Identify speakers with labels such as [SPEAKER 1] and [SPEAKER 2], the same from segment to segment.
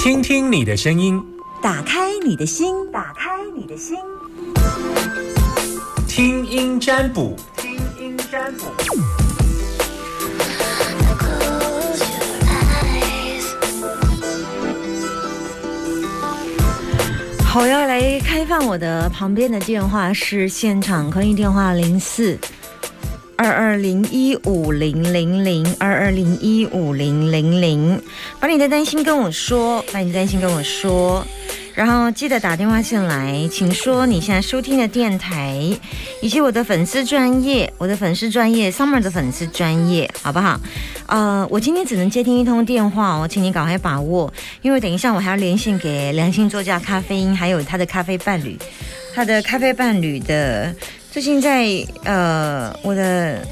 [SPEAKER 1] 听听你的声音，
[SPEAKER 2] 打开你的心，打开你的心，
[SPEAKER 1] 听音占卜，听音占卜。
[SPEAKER 3] Close your eyes.
[SPEAKER 2] 好，要来开放我的旁边的电话是现场可以电话零四二二零一五零零零二二零一五零零零，把你的担心跟我说，把你的担心跟我说。然后记得打电话进来，请说你现在收听的电台，以及我的粉丝专业，我的粉丝专业，Summer 的粉丝专业，好不好？呃，我今天只能接听一通电话哦，请你赶快把握，因为等一下我还要连线给良心作家咖啡因，还有他的咖啡伴侣，他的咖啡伴侣的最近在呃我的。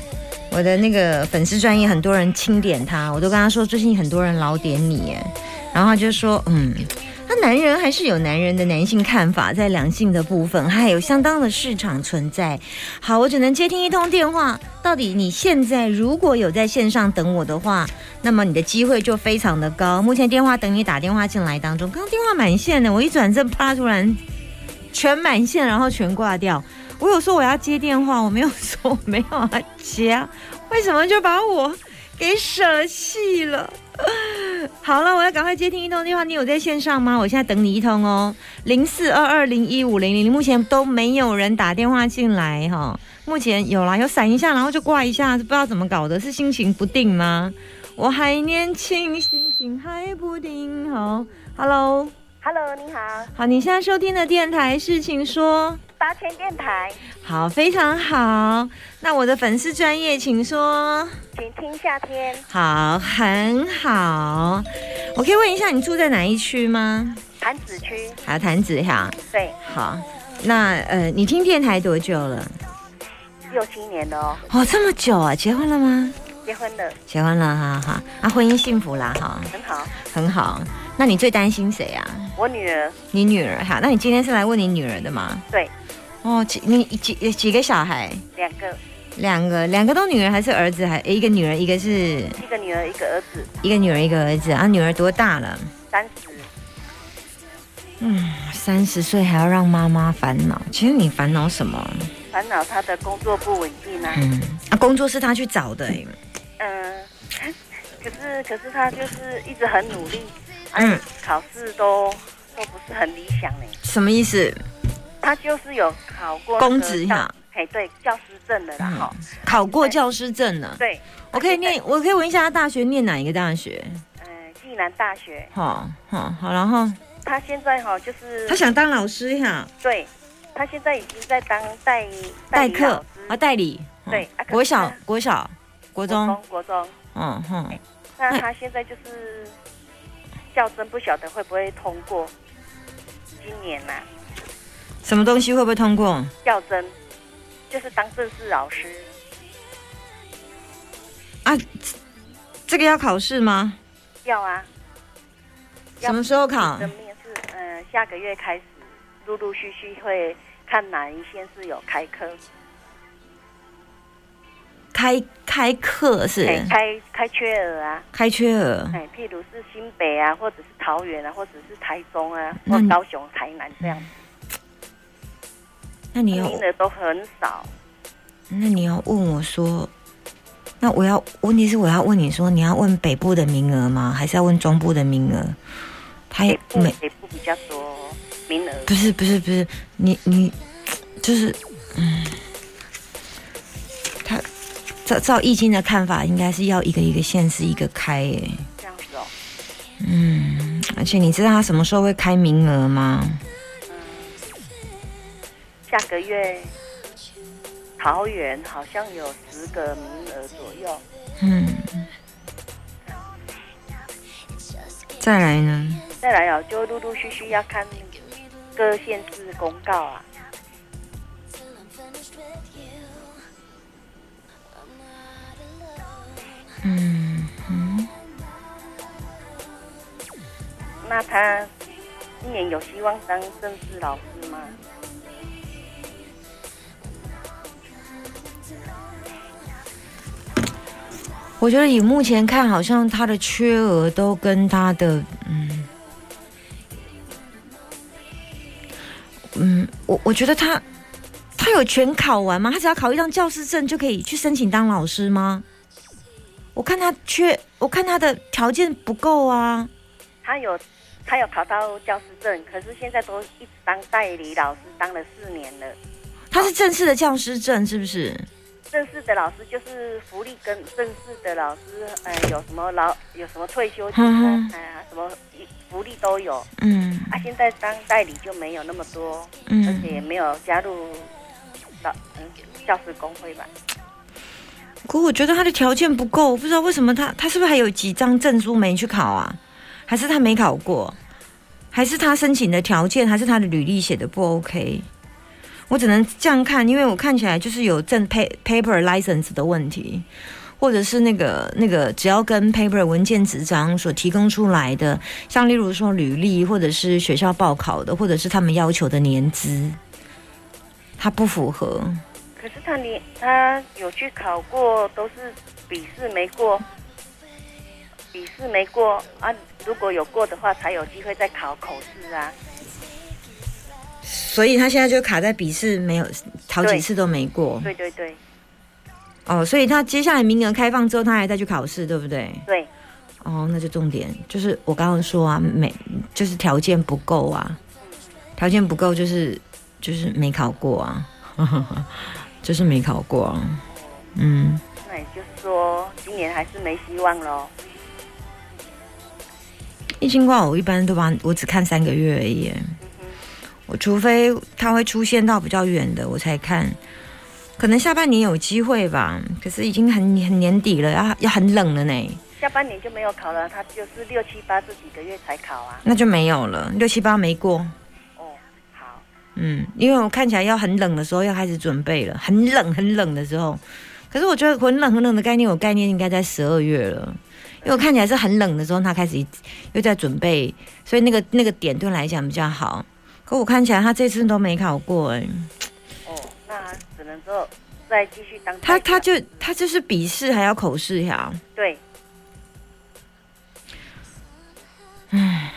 [SPEAKER 2] 我的那个粉丝专业，很多人清点他，我都跟他说，最近很多人老点你耶，然后他就说，嗯，他男人还是有男人的男性看法，在两性的部分，还有相当的市场存在。好，我只能接听一通电话。到底你现在如果有在线上等我的话，那么你的机会就非常的高。目前电话等你打电话进来当中，刚刚电话满线的，我一转正，啪，突然全满线，然后全挂掉。我有说我要接电话，我没有说我没有要接啊，为什么就把我给舍弃了？好了，我要赶快接听一通电话。你有在线上吗？我现在等你一通哦，零四二二零一五零零零。目前都没有人打电话进来哈、目前有啦，有闪一下，然后就挂一下，不知道怎么搞的，是心情不定吗？我还年轻，心情还不定。好，Hello，
[SPEAKER 4] Hello，你好，
[SPEAKER 2] 好，你现在收听的电台是请说，
[SPEAKER 4] 八千电台，
[SPEAKER 2] 好，非常好。那我的粉丝专业，请说。
[SPEAKER 4] 请听夏天。
[SPEAKER 2] 好，很好。我可以问一下，你住在哪一区吗？
[SPEAKER 4] 潭子区，
[SPEAKER 2] 好，谭子哈。
[SPEAKER 4] 对，
[SPEAKER 2] 好，那呃，你听电台多久了？
[SPEAKER 4] 六七年了哦，
[SPEAKER 2] 哦，这么久啊？结婚了吗？
[SPEAKER 4] 结婚了，
[SPEAKER 2] 结婚了哈哈，啊，婚姻幸福啦哈，
[SPEAKER 4] 很好。
[SPEAKER 2] 很好。那你最担心谁啊？
[SPEAKER 4] 我女儿
[SPEAKER 2] 你女儿哈？那你今天是来问你女儿的吗？
[SPEAKER 4] 对。
[SPEAKER 2] 哦，几你几几个小孩？
[SPEAKER 4] 两个，
[SPEAKER 2] 两个，两个都女儿还是儿子？还一个女儿，一个是
[SPEAKER 4] 一个女儿，一个儿子，
[SPEAKER 2] 一个女儿，一个儿子啊？女儿多大了？
[SPEAKER 4] 三十。
[SPEAKER 2] 三十岁还要让妈妈烦恼，其实你烦恼什么？
[SPEAKER 4] 烦恼她的工作不稳定啊，
[SPEAKER 2] 嗯，啊，工作是他去找的、欸，
[SPEAKER 4] 嗯、 可是可是她就是一直很努力，
[SPEAKER 2] 嗯，
[SPEAKER 4] 考试都都不是很理想呢。
[SPEAKER 2] 什么意思？
[SPEAKER 4] 她就是有考过
[SPEAKER 2] 公职
[SPEAKER 4] 呀、
[SPEAKER 2] 哈
[SPEAKER 4] 哎，对，教师证的啦，
[SPEAKER 2] 嗯
[SPEAKER 4] 哈、
[SPEAKER 2] 考过教师证呢？
[SPEAKER 4] 对，
[SPEAKER 2] 我可以念，我可以问一下他大学念哪一个大学？
[SPEAKER 4] 嗯，暨南大学，
[SPEAKER 2] 好，好，好，然后
[SPEAKER 4] 她现在哈、就是
[SPEAKER 2] 他想当老师哈，
[SPEAKER 4] 对，他现在已经在当代
[SPEAKER 2] 代
[SPEAKER 4] 理
[SPEAKER 2] 课
[SPEAKER 4] 老师
[SPEAKER 2] 啊，代理，
[SPEAKER 4] 对啊可是
[SPEAKER 2] 国小
[SPEAKER 4] 他、
[SPEAKER 2] 国小、国
[SPEAKER 4] 国
[SPEAKER 2] 中，
[SPEAKER 4] 国中。
[SPEAKER 2] 嗯哼，
[SPEAKER 4] 那他现在就是较真，不晓得会不会通过今年啊呐、
[SPEAKER 2] 什么东西会不会通过？
[SPEAKER 4] 较真就是当正式老师，
[SPEAKER 2] 啊这个要考试吗？
[SPEAKER 4] 要啊，要
[SPEAKER 2] 什么时候考
[SPEAKER 4] 的？面试，嗯、下个月开始，陆陆续续会看哪一县市有开课，
[SPEAKER 2] 开开课
[SPEAKER 4] 哎
[SPEAKER 2] 是
[SPEAKER 4] 开开缺额啊，
[SPEAKER 2] 开缺额，
[SPEAKER 4] 哎，譬如是新北啊，或者是桃园啊，或者是台中啊，
[SPEAKER 2] 那
[SPEAKER 4] 或
[SPEAKER 2] 你
[SPEAKER 4] 高雄、台南这样，
[SPEAKER 2] 那你要
[SPEAKER 4] 名额都很少。
[SPEAKER 2] 那你要问我说，那我要问题是我要问你说，你要问北部的名额吗？还是要问中部的名额？他
[SPEAKER 4] 北
[SPEAKER 2] 也
[SPEAKER 4] 部
[SPEAKER 2] 哎没
[SPEAKER 4] 北部比较多名额，
[SPEAKER 2] 不是不是不是，你你就是嗯，他照照易经的看法，应该是要一个一个县市一个开耶。
[SPEAKER 4] 这样子哦。
[SPEAKER 2] 而且你知道他什么时候会开名额吗？
[SPEAKER 4] 下个月桃园好像有十个名额左右，
[SPEAKER 2] 嗯，再来呢？
[SPEAKER 4] 再来哦，就陆陆续续要看各县市公告啊。
[SPEAKER 3] Till I'm finished with you. I'm not alone.
[SPEAKER 4] 那他今年有希望当正式老师吗？
[SPEAKER 2] 我觉得以目前看，好像他的缺额都跟他的嗯嗯，我我觉得他他有全考完吗？他只要考一张教师证就可以去申请当老师吗？我看他缺，我看他的条件不够啊。
[SPEAKER 4] 他有他有考到教师证，可是现在都一直当代理老师，当了四年了。
[SPEAKER 2] 他是正式的教师证是不是？
[SPEAKER 4] 正式的老师就是福利跟正式的老师，呃，有什么老有什么退休金
[SPEAKER 2] 嗯
[SPEAKER 4] 啊
[SPEAKER 2] 哼，
[SPEAKER 4] 哎呀、什么福利都有。
[SPEAKER 2] 嗯
[SPEAKER 4] 啊，现在当代理就没有那么多，而且
[SPEAKER 2] 嗯，
[SPEAKER 4] 也没有加入老嗯教师工会吧。
[SPEAKER 2] 可我觉得他的条件不够，我不知道为什么他他是不是还有几张证书没去考啊？还是他没考过？还是他申请的条件，还是他的履历写的不 OK？我只能这样看，因为我看起来就是有证 pa- paper license 的问题，或者是那个那个只要跟 paper 文件纸张所提供出来的，像例如说履历，或者是学校报考的，或者是他们要求的年资，他不符合。
[SPEAKER 4] 可是他连他有去考过，都是笔试没过，笔试没过啊。如果有过的话，才有机会再考口试啊。
[SPEAKER 2] 所以他现在就卡在笔试没有，好几次都没过
[SPEAKER 4] 对对对
[SPEAKER 2] 哦，所以他接下来名额开放之后，他还再去考试，对不对？
[SPEAKER 4] 对，
[SPEAKER 2] 哦，那就重点就是我刚刚说啊，没就是条件不够啊，条件不够就是就是没考过啊， 就是没考过啊，嗯，
[SPEAKER 4] 那也就是说，今年还是没希望喽。
[SPEAKER 2] 易经卦我一般都把我只看三个月而已耶，
[SPEAKER 4] 嗯哼，
[SPEAKER 2] 我除非它会出现到比较远的，我才看。可能下半年有机会吧，可是已经很很年底了，要要很冷了呢。
[SPEAKER 4] 下半年就没有考了，他就是六七八这几个月才考啊。
[SPEAKER 2] 那就没有了，六七八没过。
[SPEAKER 4] 哦，好，
[SPEAKER 2] 嗯，因为我看起来要很冷的时候要开始准备了，很冷很冷的时候。可是我觉得很冷很冷的概念，我概念应该在十二月了，因为我看起来是很冷的时候，他开始又在准备，所以那个那个点对我来讲比较好。可我看起来他这次都没考过、欸，
[SPEAKER 4] 哦，那只能说再继续当
[SPEAKER 2] 他
[SPEAKER 4] 代表
[SPEAKER 2] 他就他就是笔试还要口试呀、
[SPEAKER 4] 对，唉，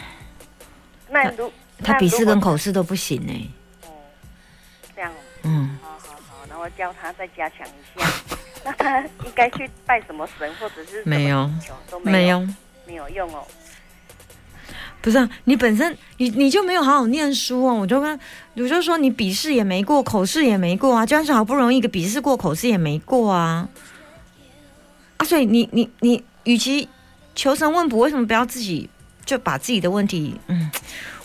[SPEAKER 4] 那如
[SPEAKER 2] 他
[SPEAKER 4] 那
[SPEAKER 2] 笔试
[SPEAKER 4] 如果
[SPEAKER 2] 跟口试都不行哎、
[SPEAKER 4] 哦，这样哦，
[SPEAKER 2] 嗯，
[SPEAKER 4] 好好好，那我教他再加强一下。 那他应该去拜什么神，或者是什么
[SPEAKER 2] 没有
[SPEAKER 4] 求都
[SPEAKER 2] 没
[SPEAKER 4] 没有
[SPEAKER 2] 有，
[SPEAKER 4] 没有用哦。
[SPEAKER 2] 不是、啊、你本身你你就没有好好念书哦，我就跟我就说你笔试也没过，口试也没过啊，就算是好不容易一个笔试过，口试也没过啊，啊，所以你你你，与其求神问卜，为什么不要自己就把自己的问题，嗯，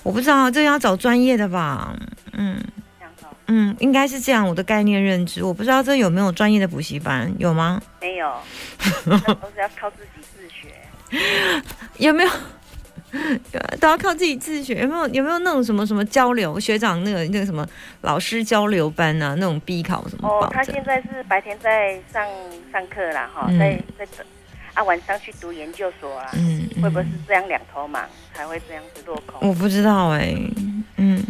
[SPEAKER 2] 我不知道这要找专业的吧，嗯
[SPEAKER 4] 这样子哦，
[SPEAKER 2] 嗯，应该是这样，我的概念认知，我不知道这有没有专业的补习班，有吗？
[SPEAKER 4] 没有，那都是要靠自己自学。
[SPEAKER 2] 有没有 都要靠自己自学？有没有有没有那种什么什么交流学长那个那个什么老师交流班啊？那种必考什么
[SPEAKER 4] 哦
[SPEAKER 2] 保，
[SPEAKER 4] 他
[SPEAKER 2] 证？
[SPEAKER 4] 现在是白天在上上课啦，哈、
[SPEAKER 2] 嗯
[SPEAKER 4] 在在等啊，晚上去读研究所啊，
[SPEAKER 2] 嗯，嗯
[SPEAKER 4] 会不会是这样两头忙才会这样子落空？
[SPEAKER 2] 我不知道哎、嗯，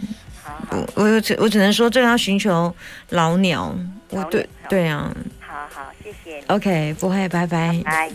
[SPEAKER 4] 好好
[SPEAKER 2] 我我有只我只能说这个要寻求老鸟，我
[SPEAKER 4] 老
[SPEAKER 2] 对
[SPEAKER 4] 鸟
[SPEAKER 2] 对啊
[SPEAKER 4] 好好，谢谢你，
[SPEAKER 2] 哦，OK，不会，拜拜
[SPEAKER 4] 拜。